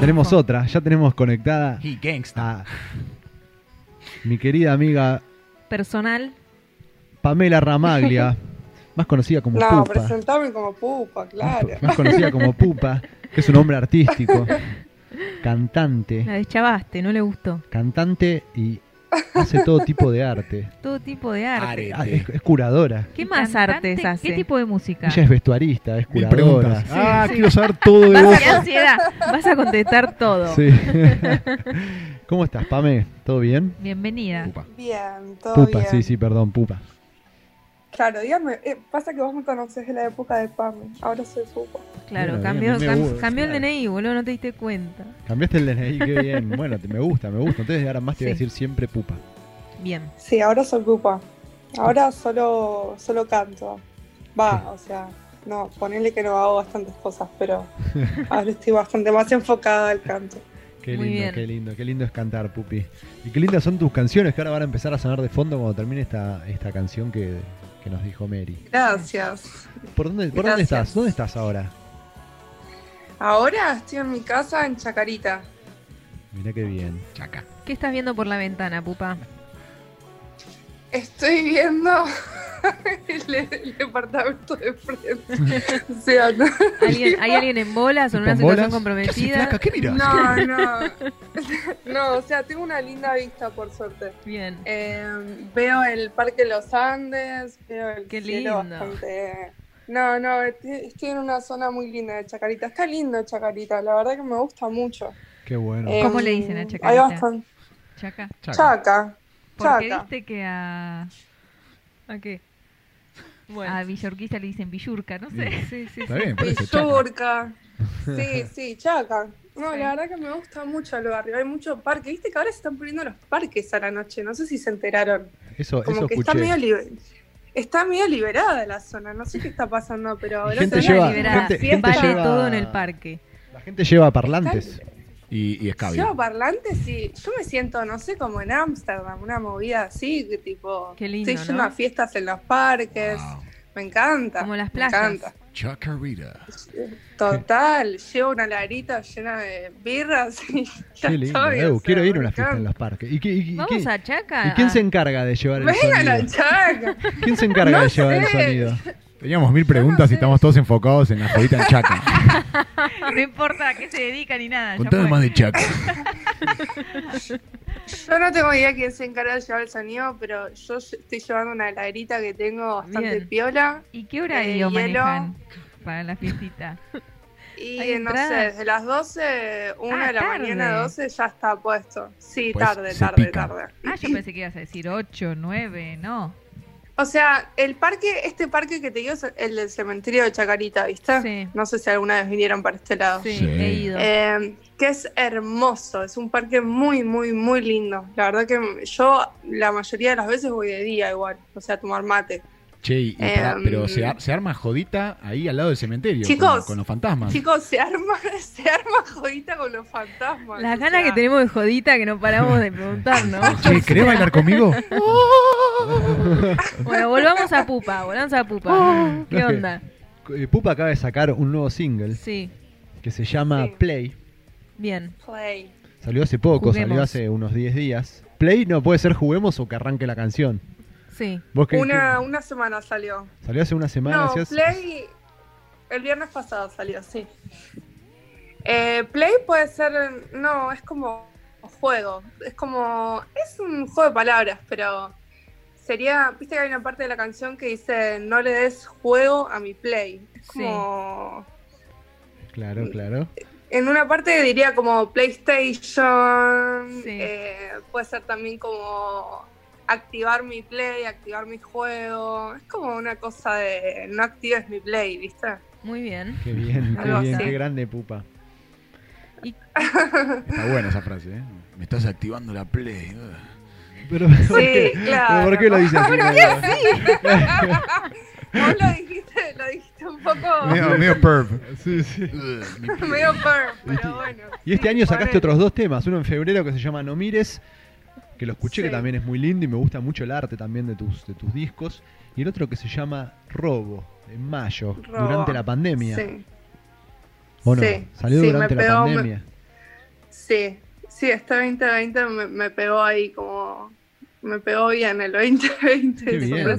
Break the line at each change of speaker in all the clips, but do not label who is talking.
tenemos otra, ya tenemos conectada
Y gangsta.
a mi querida amiga
Personal.
Pamela Ramaglia, más conocida como
No,
Pupa.
presentarme como pupa,
Más,
claro.
más conocida como Pupa, que es un hombre artístico, cantante,
La deschabaste, no le gustó.
cantante y hace todo tipo de arte.
Todo tipo de arte.
Arete.
Ah, es, es curadora.
¿Qué
¿Y
más
cantante?
artes hace?
¿Qué tipo de música?
Ella es vestuarista, es
Mil
curadora.
preguntas. ah, quiero saber todo de vos.
Vas a ansiedad, vas a contestar todo.
Ah, Sí. ¿Cómo estás, Pame? ¿Todo bien?
Bienvenida.
Upa.
Bien, todo
Pupa,
bien.
sí, sí, perdón, Pupa.
Claro, dígame, eh, pasa que vos me conocés de la época de Pame, ahora soy pupa.
Claro,
Bueno,
cambió,
bien, me
cam-
gusta,
cambió el
claro.
DNI, boludo, no te diste cuenta.
Cambiaste el DNI, qué bien. Bueno, te- me gusta, me gusta. Entonces ahora más te voy a
Sí.
decir siempre Pupa.
Bien.
Sí, ahora soy pupa. Ahora solo, solo canto. Va, o sea, no, ponerle que no hago bastantes cosas, pero ahora estoy bastante más enfocada al canto.
Qué
Muy
lindo,
bien.
qué lindo, qué lindo es cantar, Pupi. Y qué lindas son tus canciones que ahora van a empezar a sonar de fondo cuando termine esta, esta canción que, que nos dijo Mary.
Gracias.
¿Por dónde, por dónde
Gracias.
estás? ¿Dónde estás ahora?
Ahora estoy en mi casa en Chacarita.
Mirá qué bien.
Chaca.
¿Qué estás viendo por la ventana, pupa?
Estoy viendo el, el departamento de frente. O sea, no,
¿Alguien- ¿Hay alguien en bolas o en
¿Con
una situación
bolas?
¿Qué haces,
comprometida?
flaca? ¿Qué miras?
no, no. No, o sea, tengo una linda vista, por suerte.
Bien.
Eh, veo el Parque Los Andes, veo el
Qué
cielo
lindo.
bastante- No, no, estoy estoy en una zona muy linda de Chacarita. Está lindo Chacarita, la verdad que me gusta mucho.
Qué bueno.
Eh,
¿Cómo le dicen a
hay
Chacarita?
bastan-
Chaca.
Chaca.
Chaca.
Porque
Chaca.
viste que a,
¿A qué? Bueno.
a Villorquiza le dicen Villurca, no sé.
sí, sí,
Está bien, parece chaca.
Pichurca. Sí, sí, Chaca. No, la verdad que me gusta mucho el barrio. Hay mucho parque. Viste que ahora se están poniendo los parques a la noche. No sé si se enteraron.
Eso,
Como
eso
que está medio,
escuché.
liber- está medio liberada la zona. No sé qué está pasando, pero ahora
gente
se ve
lleva-
liberada.
gente-
Fiesta.
gente
vale
lleva-
todo en el parque.
La gente lleva parlantes.
Y, y
Yo
escabio.
parlante, sí. Yo me siento, no sé, como en Ámsterdam, una movida así, que tipo.
Qué lindo,
Estoy
¿no?
yendo a fiestas en los parques.
Wow.
Me encanta.
Como las
Me
playas.
encanta.
Chacarita.
Total. Llevo una larita llena de birras y ya
Qué lindo.
estoy,
Edu,
o sea,
quiero ir a
me
una fiesta en
encanta.
los parques. ¿Y, qué- y- y
Vamos
qué-
a Chaca.
y quién se
a-
encarga de llevar el
Vengan
sonido?
al Chaca.
¿Quién se encarga
No
de llevar el
sé.
sonido?
Teníamos mil preguntas y
sé.
estamos todos enfocados en la jodita en chaca.
No importa a qué se dedica ni nada. ya
Contame
fue.
más de chaca.
Yo no tengo idea quién se encarga de llevar el sonido, pero yo estoy llevando una larita que tengo bastante
Bien.
piola.
¿Y qué horario
Eh, hielo.
manejan para la fiestita?
Y
Hay
no
entradas.
sé, desde las 12, 1
Ah,
de la
tarde.
mañana, 12 ya está puesto. Sí,
Pues
tarde,
se
tarde,
pica.
tarde.
Ah, yo pensé que ibas a decir 8, 9, no.
O sea, el parque, este parque que te digo es el del cementerio de Chacarita, ¿viste?
Sí.
No sé si alguna vez vinieron para este lado.
Sí,
Sí.
he ido.
Eh, que es hermoso, es un parque muy, muy, muy lindo. La verdad que yo la mayoría de las veces voy de día igual, o sea, a tomar mate.
Che, y pará,
Em,
pero se, ar- se arma jodita ahí al lado del cementerio.
Chicos.
con, con los fantasmas.
Chicos, se arma, se arma jodita con los fantasmas.
Las
o
ganas
sea.
que tenemos de jodita que no paramos de preguntar, ¿no?
Che, ¿querés bailar conmigo?
Bueno, volvamos a Pupa, volvamos a Pupa. ¿Qué
Ok.
onda?
Eh, Pupa acaba de sacar un nuevo single
Sí,
que se llama
Sí.
Play.
bien.
Play.
Salió hace poco,
Juguemos.
salió hace unos 10 días. Play no puede ser juguemos o que arranque la canción.
Sí,
Vos que
Una, una semana salió.
salió hace una semana,
No,
hacías-
Play. El viernes pasado salió, sí. Eh, Play puede ser. No, es como juego. Es como. Es un juego de palabras, pero. Sería. Viste que hay una parte de la canción que dice: No le des juego a mi Play. Es
Sí.
como.
Claro, claro.
En una parte diría como PlayStation.
Sí.
eh, puede ser también como. Activar mi play, activar mi juego. Es como una cosa de no actives mi play, ¿viste?
muy bien.
Qué bien, qué
Algo
bien,
así.
qué grande Pupa.
Está buena esa frase, ¿eh?
Me estás activando la play.
Pero, ¿por
Sí,
qué?
claro.
¿Por qué lo dices así?
Vos lo dijiste, lo dijiste un poco
Medio, medio perv.
Sí, sí.
Ugh, mi-
medio perm, pero bueno.
Y este año sacaste
ponele.
otros dos temas, uno en febrero que se llama No Mires, que lo escuché que
Sí.
también es muy lindo y me gusta mucho el arte también de tus, de tus discos, y el otro que se llama Robo, en mayo,
Robo.
durante la pandemia.
Sí.
¿O no?
Sí,
Salió
sí,
durante
me
la
pegó, me-
pandemia.
Sí, sí, este 2020 me, me pegó ahí como. Me pegó bien el 2020.
Qué bien,
Fue creativo,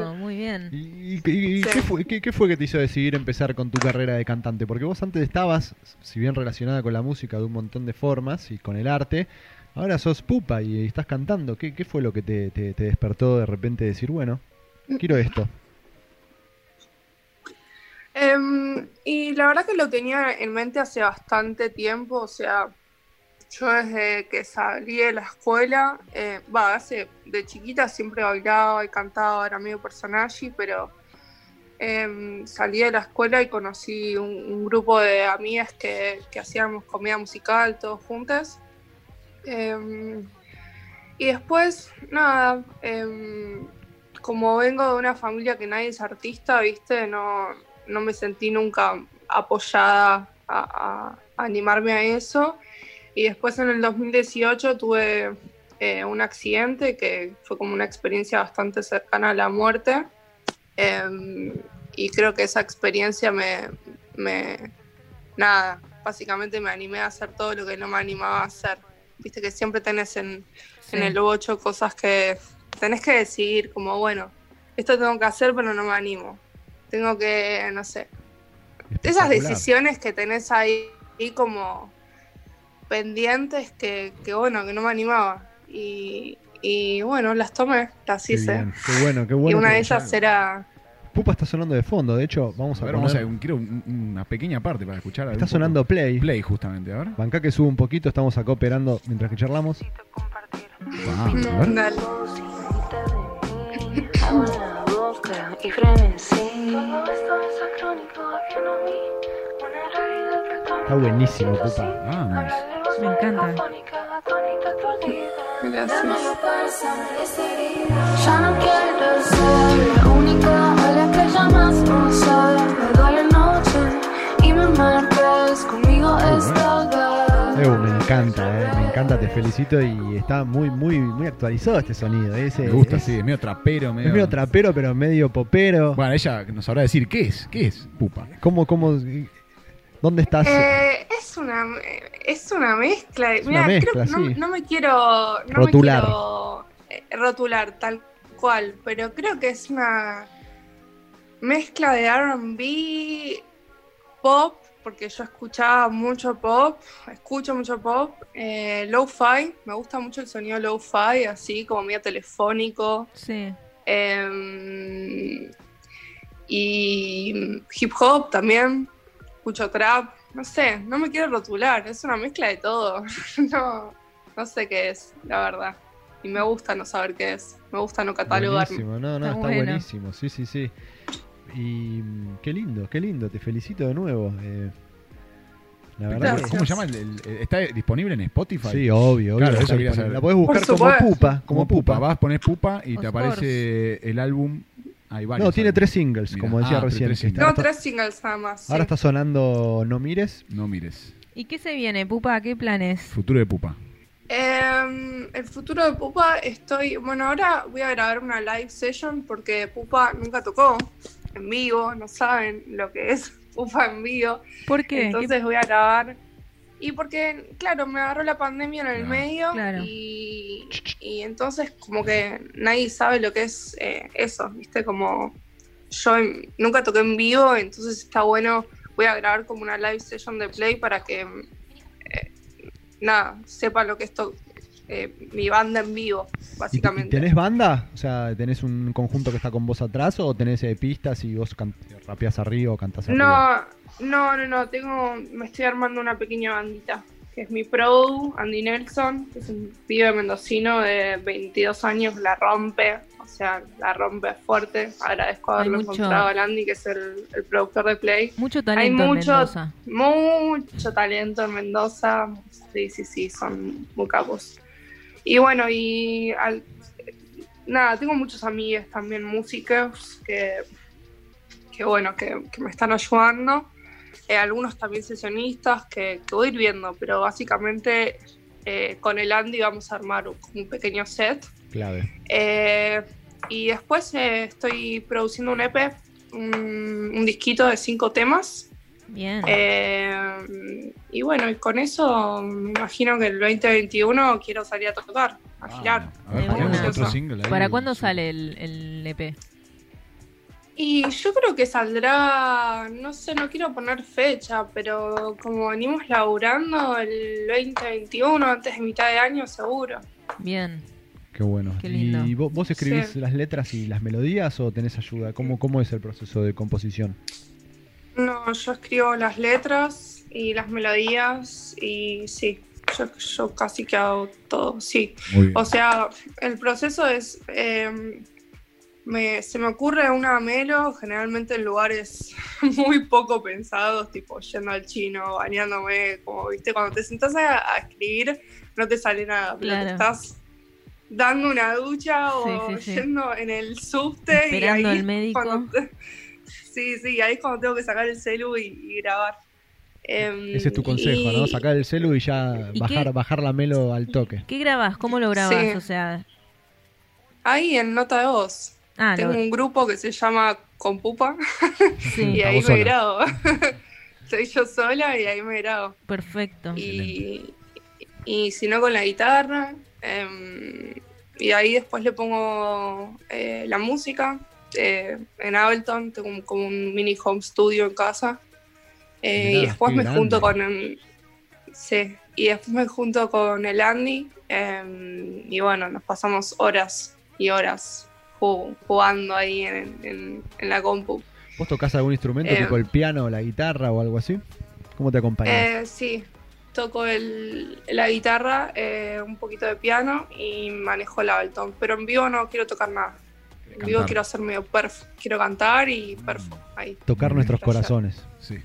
realmente.
muy bien.
¿Y, y- y- y
Mm. Sí.
qué, fue, qué- qué fue que te hizo decidir empezar con tu carrera de cantante? Porque vos antes estabas, si bien relacionada con la música de un montón de formas y con el arte, ahora sos pupa y estás cantando. ¿Qué, qué fue lo que te, te- te despertó de repente decir, bueno, quiero esto?
Em, y la verdad que lo tenía en mente hace bastante tiempo, o sea, yo desde que salí de la escuela, eh, va, hace, de chiquita siempre bailaba y cantaba, era medio personaje, pero em, salí de la escuela y conocí un, un grupo de amigas que, que hacíamos comida musical todos juntas. Em, y después, nada, em, como vengo de una familia que nadie es artista, viste, no, no me sentí nunca apoyada a, a animarme a eso. Y después en el 2018 tuve eh, un accidente que fue como una experiencia bastante cercana a la muerte. Em, y creo que esa experiencia me, me- Nada, básicamente me animé a hacer todo lo que no me animaba a hacer. Viste que siempre tenés en, en el bocho cosas que tenés que decidir, como bueno, esto tengo que hacer pero no me animo. Tengo que, no sé, esas
Espectacular.
decisiones que tenés ahí, ahí como pendientes que, que, bueno, que no me animaba. Y, y, bueno, las tomé, las
Qué
hice.
bien, qué bueno, qué
y
bueno.
una
que-
de ellas era...
Pupa está sonando de fondo, de hecho, vamos
Vamos
a,
a ver,
poner-
vamos a un- quiero un- una pequeña parte para escuchar. a ver
Está
un poco.
sonando play.
Play, justamente, a ver.
Bancá que sube un poquito, estamos acá operando mientras que charlamos.
Vamos, a ver.
Dale.
Agua en la boca y frenesí. Todo esto es acrónico, que no vi. Una realidad que toma
Está buenísimo,
otro
pupa.
sí.
Vamos.
Hablarle voz
Me encanta.
monofónica, tónica, aturdida.
Gracias.
Dámelo para sanar esa
Ah.
herida. Ya no quiero ser la única a la que llamas por sol. Me duele noche y me marcas. Conmigo es todo.
Evo, me encanta, eh, me encanta, te felicito y está muy, muy, muy actualizado este sonido. Ese,
Me gusta,
es,
sí, es medio trapero,
es
medio.
medio trapero, pero medio popero.
Bueno, ella nos sabrá decir qué es, qué es pupa.
¿Cómo, cómo, dónde estás?
Eh, es una es una mezcla.
Es
Mira,
una mezcla,
creo que no,
sí.
no me quiero no
Rotular.
me quiero eh, rotular tal cual, pero creo que es una mezcla de R&B, pop, porque yo escuchaba mucho pop, escucho mucho pop, eh, lo-fi, me gusta mucho el sonido lo-fi, así como medio telefónico.
Sí.
Em, y hip hop también, escucho trap, no sé, no me quiero rotular, es una mezcla de todo, no, no sé qué es, la verdad. Y me gusta no saber qué es, me gusta no catalogarme.
Buenísimo, no, no,
Está
está
bueno.
buenísimo, sí, sí, sí. Y mm, qué lindo, qué lindo, te felicito de nuevo. eh, la verdad, que-
Gracias.
¿Cómo se llama? el- el- el- ¿Está disponible en Spotify?
sí, obvio, obvio,
Claro,
está
eso quería
disponible.
saber.
La podés buscar
Por
como
supuesto.
pupa,
Como pupa. Vas, pones pupa y
Of
te
course.
aparece el álbum. Hay varios.
No, tiene
álbumes.
tres singles,
Mira.
como decía
Ah, pero
recién.
tres
que está-
Tengo
está-
tres singles nada más. sí.
Ahora está sonando No Mires.
No mires.
¿Y qué se viene, Pupa? ¿Qué planes?
Futuro de pupa.
Em, el futuro de Pupa, estoy. Bueno, ahora voy a grabar una live session porque Pupa nunca tocó en vivo, no saben lo que es Pupa en vivo.
¿Por qué?
Entonces voy a grabar. Y porque, claro, me agarró la pandemia en el
Claro.
medio
Claro.
y, y entonces como que nadie sabe lo que es eh, eso, ¿viste? Como yo en- nunca toqué en vivo, entonces está bueno, voy a grabar como una live session de play para que, eh, nada, sepa lo que es to- eh, mi banda en vivo,
¿Y- y
básicamente.
¿Tenés banda? O sea, ¿tenés un conjunto que está con vos atrás o tenés eh, pistas y vos can- rapeás arriba o cantás arriba?
No, no, no, no, tengo, me estoy armando una pequeña bandita, que es mi pro, Andy Nelson, que es un pibe mendocino de 22 años, la rompe, o sea, la rompe fuerte, agradezco
Hay
haberlo
mucho-
encontrado al Andy, que es el, el productor de Play.
Mucho talento en
mucho-
Mendoza.
Mucho talento en Mendoza, sí, sí, sí, son muy capos. Y bueno, y al- nada, tengo muchos amigos también músicos que, que bueno, que, que me están ayudando. Eh, algunos también sesionistas que, que voy a ir viendo, pero básicamente eh, con el Andy vamos a armar un, un pequeño set.
Clave.
Eh, y después eh, estoy produciendo un E EP, un, un disquito de cinco temas.
Bien.
Eh, y Y bueno, y con eso me imagino que el 2021 quiero salir a tocar,
Ah,
a girar.
A ver,
De
ponemos
una.
otro single ahí.
¿Para cuándo sale el,
E
el EP?
Y yo creo que saldrá, no sé, no quiero poner fecha, pero como venimos laburando el 2021, antes de mitad de año seguro.
Bien.
Qué bueno.
Qué lindo.
¿Y vos, vos escribís
Sí.
las letras y las melodías o tenés ayuda? ¿Cómo, ¿Cómo es el proceso de composición?
No, yo escribo las letras y las melodías y sí, yo, yo casi que hago todo, sí.
Muy bien.
O sea, el proceso es, eh, me- se me ocurre una melo, generalmente en lugares muy poco pensados, tipo yendo al chino, bañándome, como viste, cuando te sentás a, a escribir no te sale nada, pero
Claro.
te estás dando una ducha o
Sí, sí, sí.
yendo en el subte
Esperando
y ahí
al médico.
cuando te- Sí, sí, ahí es cuando tengo que sacar el celu y, y grabar. Em,
Ese es tu consejo,
y-
¿no? Sacar el celu y ya
¿Y
bajar,
qué?
bajar la melo al toque.
¿Qué grabás? ¿Cómo lo grabás?
Sí.
O sea,
Ahí en nota de voz.
ah,
Tengo
lo-
un grupo que se llama Compupa y
sí,
Ah,
ahí
vos
me
sola.
grabo. Soy yo sola y ahí me grabo.
perfecto.
Y, y si no con la guitarra. em, y ahí después le pongo eh, la música. eh, en Ableton tengo un- como un mini home studio en casa. Eh,
Mirá,
y después
qué
me
grande.
junto con el- sí, y después me junto con el Andy. em, y bueno, nos pasamos horas y horas ju- jugando ahí en, en- en la compu.
¿Vos tocás algún instrumento
Eh.
tipo el piano, la guitarra o algo así? ¿Cómo te acompañas?
Eh, sí, toco el, la guitarra, eh, un poquito de piano y manejo el Ableton. Pero en vivo no quiero tocar nada. En vivo
cantar.
quiero hacer medio perf. Quiero cantar y perfo. Ahí.
Mm. Tocar nuestros
placer.
corazones.
Sí.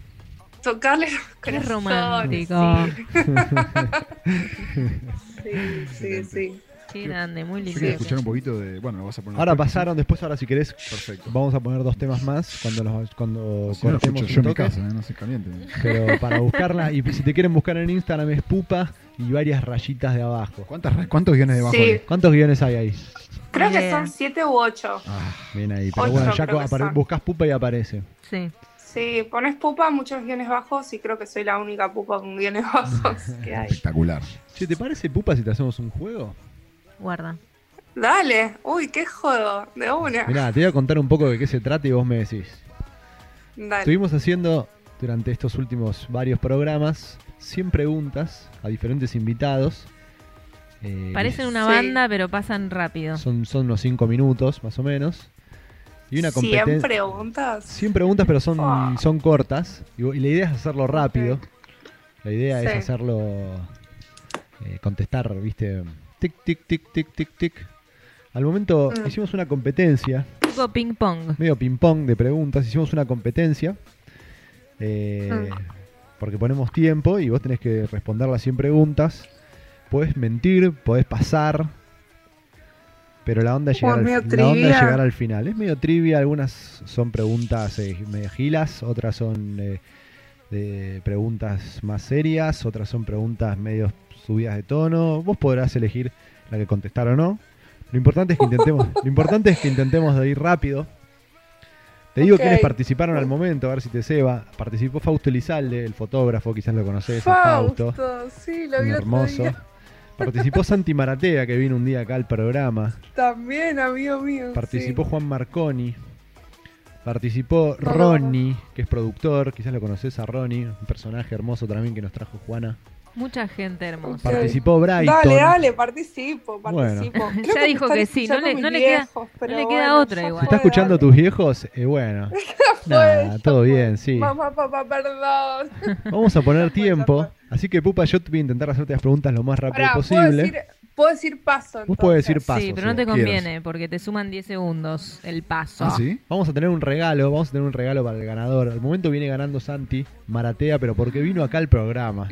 Tocarle los
Qué
corazones,
romántico.
Sí, sí, sí. sí.
Qué grande, muy
Yo
lindo.
quería escuchar un poquito de. Bueno, lo vas a poner.
Ahora
después,
pasaron, después ahora si querés,
Perfecto.
vamos a poner dos temas más cuando los cuando
Si no lo escucho
cortemos
yo en
un
mi
toque.
casa, eh, no se calienten.
Pero para buscarla, y si te quieren buscar en Instagram es pupa y varias rayitas de abajo.
¿Cuántas, ra- ¿Cuántos guiones debajo?
Sí.
de-
¿Cuántos guiones hay ahí?
Creo que
Bien.
son siete u ocho.
Ah. Bien ahí. Pero
Ocho,
bueno, ya
creo que
apare-
son.
buscas pupa y aparece.
Sí.
Sí, pones pupa, muchos guiones bajos y creo que soy la única pupa con guiones bajos que hay.
Espectacular.
Che, ¿te parece pupa si te hacemos un juego?
Guarda.
Eh,
Dale, uy, qué jodo, de una.
Mirá, te voy a contar un poco de qué se trata y vos me decís.
Dale.
Estuvimos haciendo durante estos últimos varios programas 100 preguntas a diferentes invitados. Eh,
Parecen una
Sí.
banda, pero pasan rápido.
son, son unos 5 minutos más o menos. Y una
¿Cien
competencia.
preguntas?
100 preguntas, pero son,
Ah.
son cortas. Y, vo- y la idea es hacerlo rápido. La idea es
Sí.
hacerlo. eh, contestar, ¿viste? Tic, tic, tic, tic, tic, tic. Al momento
Mm.
hicimos una competencia
Tipo ping pong.
medio ping-pong de preguntas. Hicimos una competencia. eh,
Ah.
Porque ponemos tiempo y vos tenés que responder las 100 preguntas. Podés mentir, podés pasar. Pero la onda, es
Como
llegar al,
Oh, medio
la onda es
trivia.
llegar al final. Es medio trivia, algunas son preguntas eh, medio gilas, otras son eh, de preguntas más serias, otras son preguntas medio subidas de tono. Vos podrás elegir la que contestar o no. Lo importante es que intentemos, lo importante es que intentemos de ir rápido. Te digo
Ok.
quiénes participaron al momento, a ver si te ceba. Participó Fausto Elizalde, el fotógrafo, quizás lo conoces, a Fausto,
Fausto, sí, lo
un
vi el otro
hermoso.
día.
Participó Santi Maratea, que vino un día acá al programa.
También, amigo mío.
Participó Juan Marconi. Participó Ronnie, que es productor, quizás lo conoces a Ronnie, un personaje hermoso también que nos trajo Juana.
Mucha gente hermosa.
Ok.
Participó
sí.
Brighton.
Dale, dale, participo,
Bueno.
participo. Creo
Ya
me
dijo
están
que sí, no
escuchando
le-
mis
no le queda-
viejos, pero
le queda otra
ya
igual.
Si
fue,
estás escuchando a
dale.
tus viejos, eh, bueno. Nada, todo bien, sí.
Mamá, papá, perdón.
Vamos a poner
Ya fue, ya
tiempo.
fue.
Así que, Pupa, yo te voy a intentar hacerte las preguntas lo más rápido
Pará,
posible.
¿puedo decir, puedo decir paso.
Vos podés
entonces?
decir paso.
sí, pero
sí.
no te
quieras.
conviene porque te suman 10 segundos el paso.
¿Ah, sí?
Vamos a tener un regalo, vamos a tener un regalo para el ganador. Al momento viene ganando Santi Maratea, pero porque vino acá al programa.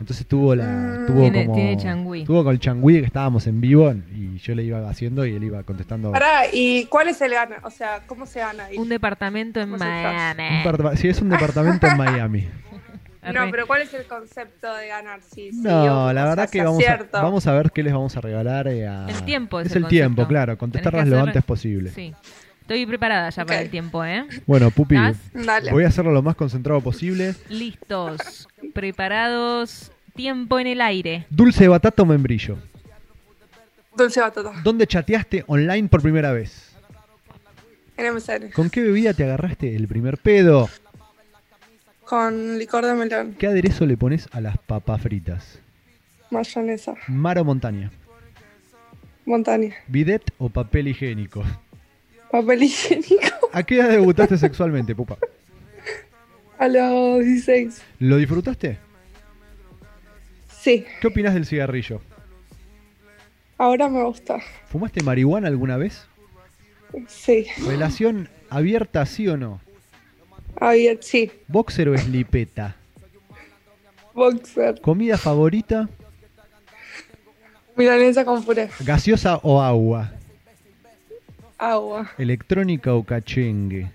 Entonces tuvo
Mm.
la. Tuvo
Tiene-
como,
tiene changüí.
Tuvo con el changüí que estábamos en vivo y yo le iba haciendo y él iba contestando.
Pará, ¿y cuál es el gana? O sea, ¿cómo se gana ahí?
Un departamento en
¿Cómo se llama?
Un
Miami.
parta- Si es un departamento en Miami.
No, pero ¿cuál es el concepto de ganar? Sí, sí,
No,
o-
la
o
verdad
sea,
que
está
vamos a,
cierto.
vamos a ver qué les vamos a regalar. eh, a-
El tiempo es
Es
el
el tiempo,
concepto.
claro.
Tenés
Contestarlas
que
lo
hacer-
antes posible.
Sí. Estoy preparada ya para
Ok.
el tiempo, ¿eh?
Bueno, Pupi,
¿Estás?
Dale.
voy a hacerlo lo más concentrado posible.
Listos. preparados. Tiempo en el aire.
Dulce de batata o membrillo.
Dulce batata.
¿Dónde chateaste online por primera vez?
En MSN.
¿Con qué bebida te agarraste el primer pedo?
Con licor de melón.
¿Qué aderezo le pones a las papas fritas?
Mayonesa.
¿Mar o montaña?
Montaña.
¿Bidet o papel higiénico?
Papel higiénico.
¿A qué edad debutaste sexualmente, pupa?
A los 16.
¿Lo disfrutaste?
Sí.
¿Qué opinas del cigarrillo?
Ahora me gusta.
¿Fumaste marihuana alguna vez?
Sí.
¿Relación abierta, sí o no?
Había, sí.
¿Boxer o slipeta?
Boxer.
¿Comida favorita?
Milanesa con puré.
¿Gaseosa o agua?
Agua.
¿Electrónica o cachengue?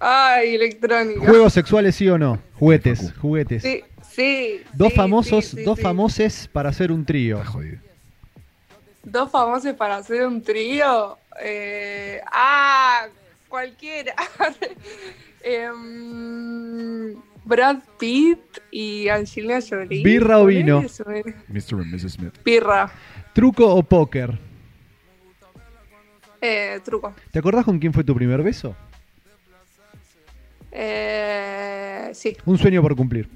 Ay, electrónica.
¿Juegos sexuales, sí o no? Juguetes, juguetes.
Sí, sí.
Dos
sí,
famosos,
sí, sí,
dos
sí.
famoses para hacer un trío.
Está jodido.
Dos famosos para hacer un trío. Eh, ah, cualquiera. Em, Brad Pitt y Angelina Jolie.
¿Birra o vino?
Mr. and Mrs. Smith.
Birra.
¿Truco o póker?
Eh, truco.
¿Te acordás con quién fue tu primer beso?
Eh, sí.
Un sueño por cumplir.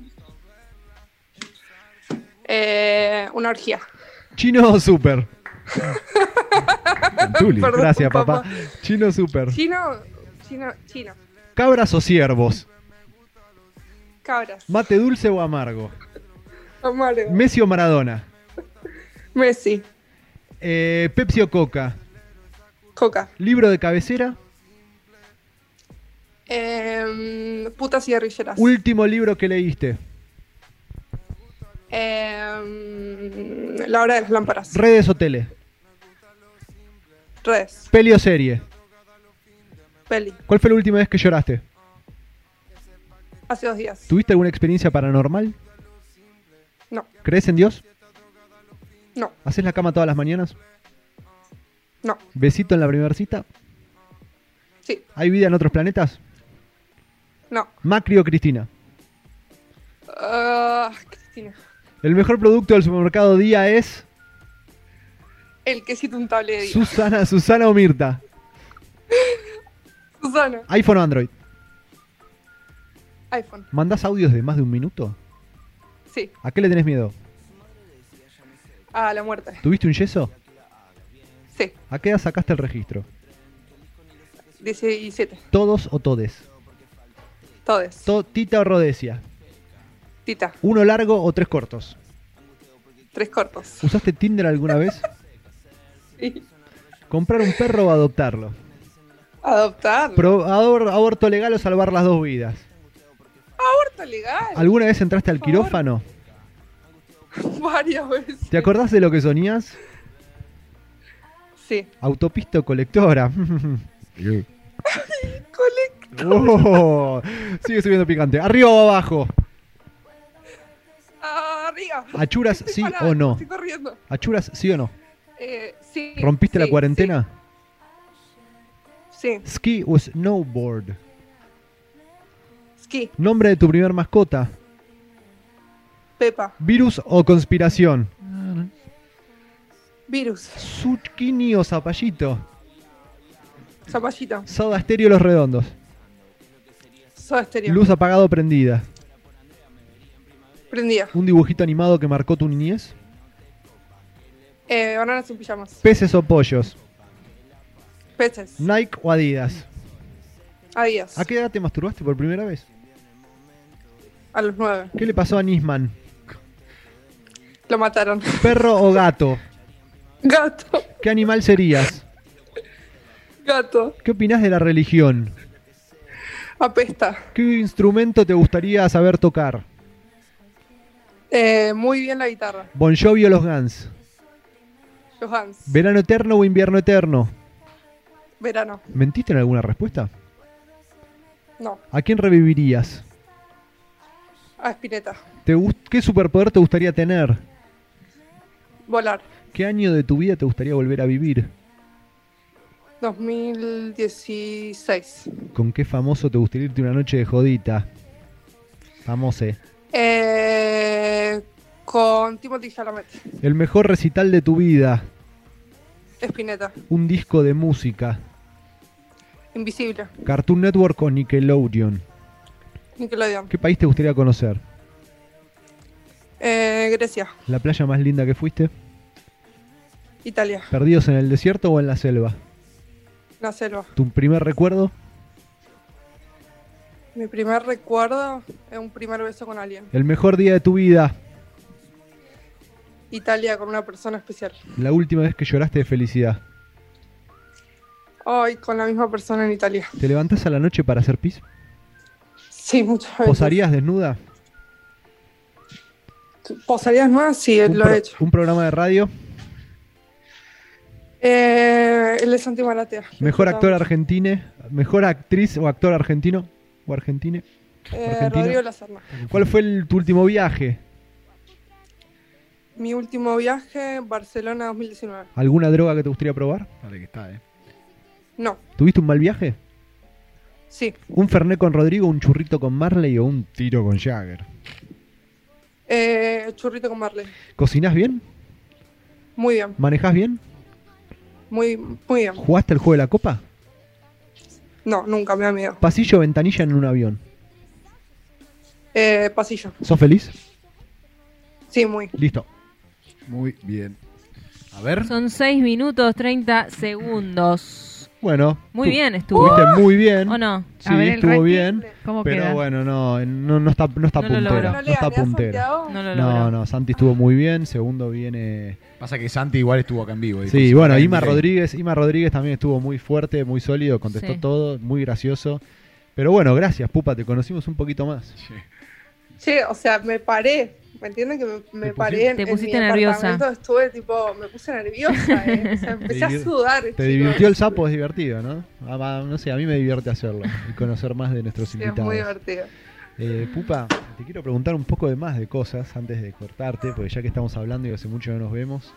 Eh, una orgía.
¿Chino o super?
Tuli.
Perdón,
Gracias,
papá.
papá. ¿Chino o super?
Chino, chino, chino.
¿Cabras o ciervos?
Cabras.
¿Mate dulce o amargo?
Amargo.
¿Messi o Maradona?
Messi.
Eh, ¿Pepsi o Coca?
Coca.
¿Libro de cabecera?
Em, putas y guerrilleras.
¿Último libro que leíste?
Em, la hora de las lámparas.
¿Redes o tele?
Redes.
¿Peli o serie?
Peli.
¿Cuál fue la última vez que lloraste?
Hace dos días.
¿Tuviste alguna experiencia paranormal?
No.
¿Crees en Dios?
No.
¿Haces la cama todas las mañanas?
No.
¿Besito en la primera cita?
Sí.
¿Hay vida en otros planetas?
No.
¿Macri o Cristina?
Ah, Cristina.
El mejor producto del supermercado día es
El quesito untable de día.
Susana, Susana o Mirta.
Susana.
iPhone o Android.
iPhone.
¿Mandás audios de más de un minuto?
Sí.
¿A qué le tenés miedo?
A la muerte.
¿Tuviste un yeso?
Sí.
¿A qué edad sacaste el registro?
17.
¿Todos o todes?
Todes.
To- ¿Tita o Rodesia?
Tita.
¿Uno largo o tres cortos?
Tres cortos.
¿Usaste Tinder alguna vez?
Sí.
¿Comprar un perro o adoptarlo?
Adoptar.
Pro- abor- ¿Aborto legal o salvar las dos vidas?
Aborto legal.
¿Alguna vez entraste al
Por favor.
quirófano?
Varias veces.
¿Te acordás de lo que soñás?
Sí.
Autopista o colectora.
Colec-
Oh, sigue subiendo picante. ¿Arriba o abajo?
Arriba.
¿Achuras
Estoy
sí
parada,
o no?
ah, Estoy corriendo.
¿Achuras sí o no?
Eh, sí,
¿Rompiste
sí,
la cuarentena?
Sí. sí.
¿Ski o snowboard?
Ski.
¿Nombre de tu primer mascota?
Pepa.
¿Virus o conspiración?
Virus.
¿Zucchini o zapallito?
Zapallito.
¿Soda estéreo los redondos?
Soda estéreo.
¿Luz apagado o prendida?
Prendida.
¿Un dibujito animado que marcó tu niñez?
Eh, bananas sin pijamas.
¿Peces o pollos?
Peces.
¿Nike o Adidas?
Adiós.
¿A qué edad te masturbaste por primera vez?
A los nueve.
¿Qué le pasó a Nisman?
Lo mataron.
¿Perro o gato?
Gato.
¿Qué animal serías?
Gato.
¿Qué opinás de la religión?
Apesta.
¿Qué instrumento te gustaría saber tocar?
Eh, muy bien la guitarra.
¿Bon Jovi o los Guns?
Los Hans.
¿Verano eterno o invierno eterno?
Verano.
¿Mentiste en alguna respuesta?
No.
¿A quién revivirías?
A Spinetta.
¿Te gust- ¿Qué superpoder te gustaría tener?
Volar.
¿Qué año de tu vida te gustaría volver a vivir?
2016.
¿Con qué famoso te gustaría irte una noche de jodita? Famose.
Eh, con Timothy Chalamet,
El mejor recital de tu vida.
Espineta,
Un disco de música.
Invisible,
Cartoon Network o Nickelodeon.
Nickelodeon,
¿Qué país te gustaría conocer?
eh, Grecia,
¿La playa más linda que fuiste?
Italia,
¿Perdidos en el desierto o en la selva?
La Selva.
¿Tu primer recuerdo?
Mi primer recuerdo es un primer beso con alguien.
¿El mejor día de tu vida?
Italia con una persona especial.
¿La última vez que lloraste de felicidad?
Hoy con la misma persona en Italia.
¿Te levantás a la noche para hacer pis?
Sí, muchas veces.
¿Posarías desnuda?
¿Posarías más? Sí,
un,
lo
pro-
he hecho.
un programa de radio?
Eh, el de Santi Maratea.
¿Mejor actor argentino? ¿Mejor actriz o actor argentino? ¿O argentine?
Eh,
argentino?
Rodrigo Lazarna.
¿Cuál fue el- tu último viaje?
Mi último viaje, Barcelona 2019.
¿Alguna droga que te gustaría probar?
Dale que está, eh.
No,
¿Tuviste un mal viaje?
sí.
¿Un Fernet con Rodrigo, un churrito con Marley o un tiro con Jagger?
Eh, churrito con Marley.
¿Cocinás bien?
Muy bien,
¿Manejás bien?
muy, muy bien.
¿Jugaste el juego de la copa?
No, nunca me da miedo.
¿Pasillo o ventanilla en un avión?
Eh, pasillo.
¿Sos feliz?
Sí, muy.
Listo.
Muy bien. A ver.
Son 6 minutos 30 segundos.
Bueno.
Muy
tu-
bien estuvo. ¿Oh?
Estuviste muy bien.
¿O no?
Sí,
A ver el
estuvo
ranking.
bien.
¿Cómo
Pero
queda?
bueno, no, no, no está, no está
No lo
puntero.
logró.
No,
le
está
gané a
puntero.
Santiago.
No lo logró.
No, no, Santi estuvo muy bien. Segundo viene.
Pasa que Santi igual estuvo acá en vivo. dijo,
Sí,
se
bueno,
acá en
Ima
vivo.
Rodríguez, Ima Rodríguez también estuvo muy fuerte, muy sólido, contestó
Sí.
todo, muy gracioso. Pero bueno, gracias, Pupa, te conocimos un poquito más.
Che, o sea, me paré. ¿Me entienden? Que me, me
Te pusi-
paré en,
Te
en
pusiste
mi
nerviosa.
apartamento, Estuve tipo, me puse nerviosa. eh. O sea, empecé a
divir-
sudar.
Te
chicos.
divirtió el sapo, es divertido, ¿no? Ah, va, no sé, a mí me divierte hacerlo y conocer más de nuestros
Sí, es muy
invitados.
divertido.
Eh, Pupa, te quiero preguntar un poco de más de cosas antes de cortarte, porque ya que estamos hablando y hace mucho no nos vemos.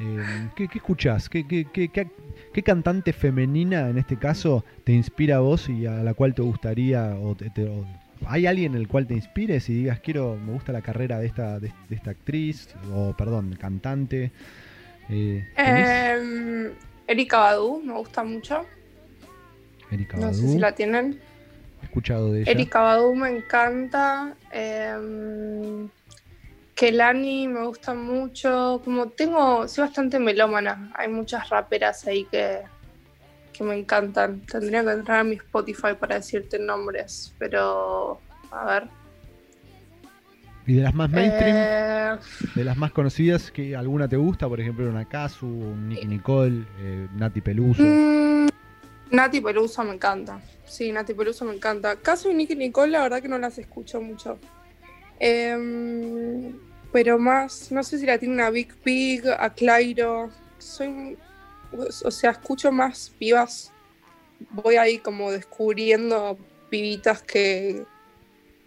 eh, ¿qué, qué escuchás? ¿Qué, qué, qué- qué- qué cantante femenina, en este caso, te inspira a vos y a la cual te gustaría? O te- te- o- ¿Hay alguien en el cual te inspires y digas, quiero, me gusta la carrera de esta, de, de esta actriz, o perdón, cantante? Eh, ¿tenés?
Eh, Erika Badu, me gusta mucho.
Erika
No sé
Badu,
si la tienen.
he escuchado de ella.
Erika Badu me encanta. eh, Kelani me gusta mucho. Como tengo, soy bastante melómana. Hay muchas raperas ahí que, que me encantan. Tendría que entrar a mi Spotify para decirte nombres, pero a ver.
Y de las más mainstream,
Eh,
De las más conocidas, que ¿alguna te gusta? Por ejemplo, Nakazu, Nicky Nicole, eh, Nati Peluso.
mm, Nati Peluso me encanta. Sí, Nati Peluso me encanta. Caso y Nicky Nicole, la verdad que no las escucho mucho. Em, pero más, no sé si la tiene a Big Pig, a Clairo. Soy, o sea, escucho más pibas. Voy ahí como descubriendo pibitas que,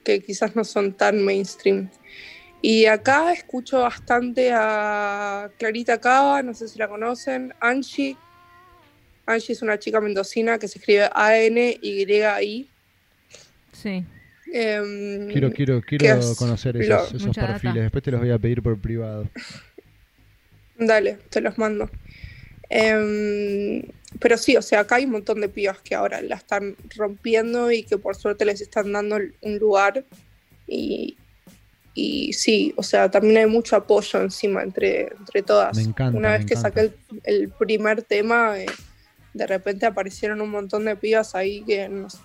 que quizás no son tan mainstream. Y acá escucho bastante a Clarita Cava, no sé si la conocen, Angie. Angie es una chica mendocina que se escribe A-N-Y-I.
Sí.
Em,
Quiero, quiero,
¿Qué
quiero
es?
conocer
Lo-
esos, esos
Mucha
perfiles.
data.
Después te los voy a pedir por privado.
Dale, te los mando. Em, pero sí, o sea, acá hay un montón de pibas que ahora la están rompiendo y que por suerte les están dando un lugar. Y, y sí, o sea, también hay mucho apoyo encima entre, entre todas.
Me encanta,
Una
me
vez que
encanta.
saqué el, el primer tema, eh, de repente aparecieron un montón de pibas ahí que nos-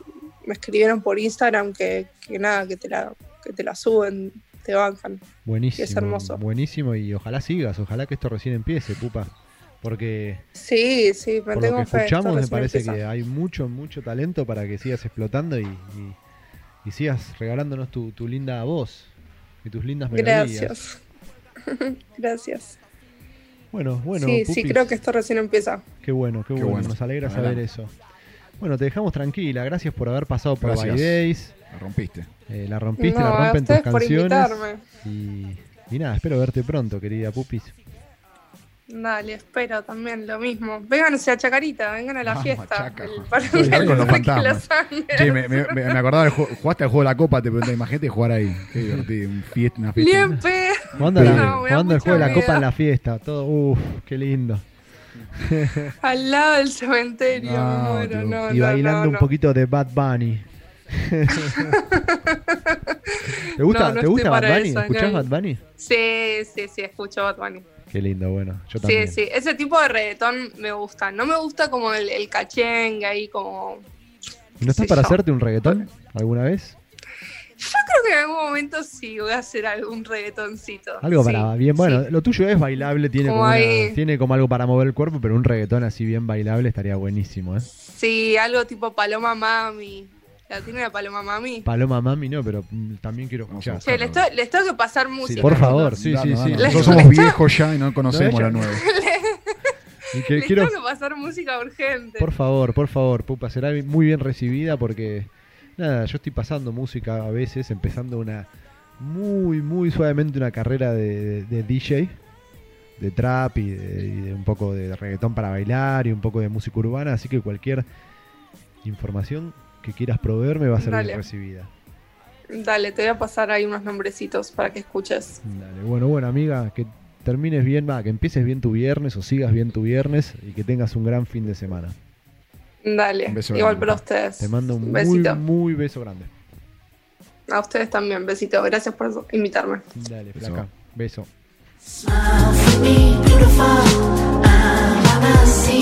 me escribieron por Instagram que, que nada, que te, la, que te la suben, te bancan.
Buenísimo.
Es hermoso.
Buenísimo y ojalá sigas, ojalá que esto recién empiece, pupa. Porque
Sí, sí, me
por lo
tengo
que
fe, esto
escuchamos me
recién
parece
empieza.
que hay mucho, mucho talento para que sigas explotando y, y- y sigas regalándonos tu, tu linda voz y tus lindas melodías.
Gracias. Gracias.
Bueno, bueno,
sí, sí,
pupis.
creo que esto recién empieza.
Qué bueno, qué,
Qué
bueno.
bueno.
Nos alegra saber
Adelante.
eso. Bueno, te dejamos tranquila. Gracias por haber pasado por
Gracias.
By Days.
La rompiste.
Eh, la rompiste,
No,
la
a
rompen tus
ustedes por
canciones.
invitarme.
Y, y nada, espero verte pronto, querida Pupis.
Dale, espero también lo mismo. Vénganse a Chacarita, vengan a la
Vamos,
fiesta.
Chaca.
El partido
Jugar con los
de Los
fantasmas.
Ángeles.
Che, me, me- me- me acordaba, del juego- jugaste al juego de la copa, te pregunté, imagínate jugar ahí. Qué divertido, un fiest- una fiesta.
Bien, pe.
Jugando, la-
No, me da
jugando el
mucha
juego de la
miedo.
copa en la fiesta. Todo, uff, qué lindo.
Al lado del cementerio,
No,
me muero.
tú.
No,
y
no,
bailando
no,
un
no.
poquito de Bad Bunny. ¿Te gusta,
No, no
¿te gusta Bad
estoy para
Bunny?
esa,
¿Escuchás
Gaby.
Bad Bunny?
Sí, sí, sí, escucho Bad Bunny.
Qué lindo, bueno. Yo
Sí,
también.
sí, ese tipo de reggaetón me gusta. No me gusta como el, el cachengue ahí, como.
¿Y ¿No estás
Sí,
para
yo.
hacerte un reggaetón alguna vez?
Yo creo que en algún momento sí voy a hacer algún reggaetoncito.
Algo
Sí,
para bien, bueno,
sí.
lo tuyo es bailable, tiene
Como
como, una-
ahí.
tiene como algo para mover el cuerpo, pero un reggaetón así bien bailable estaría buenísimo, ¿eh?
Sí, algo tipo Paloma Mami. ¿La tiene la Paloma Mami?
Paloma Mami no, pero mm, también quiero escuchar.
Che, les, to- les tengo que pasar música.
por
chicos.
favor, sí, sí, sí.
dame.
Nosotros somos viejos ya y no conocemos
No,
lo nuevo.
Y que
Les
quiero,
tengo que pasar música urgente.
por favor, por favor, Pupa, será muy bien recibida porque, nada, yo estoy pasando música a veces, empezando una, muy, muy suavemente una carrera de, de- de DJ, de trap y de, y de un poco de reggaetón para bailar y un poco de música urbana, así que cualquier información que quieras proveerme va a ser
Dale.
bien recibida.
Dale, te voy a pasar ahí unos nombrecitos para que escuches.
Dale, bueno, bueno, amiga, que termines bien, va, que empieces bien tu viernes o sigas bien tu viernes y que tengas un gran fin de semana.
Dale,
Un beso
igual
grande.
para ustedes.
Te mando un muy,
besito.
muy beso grande.
A ustedes también, besito. Gracias por invitarme.
Dale,
Beso.
flaca. Beso.
Smile for me, beautiful. I wanna see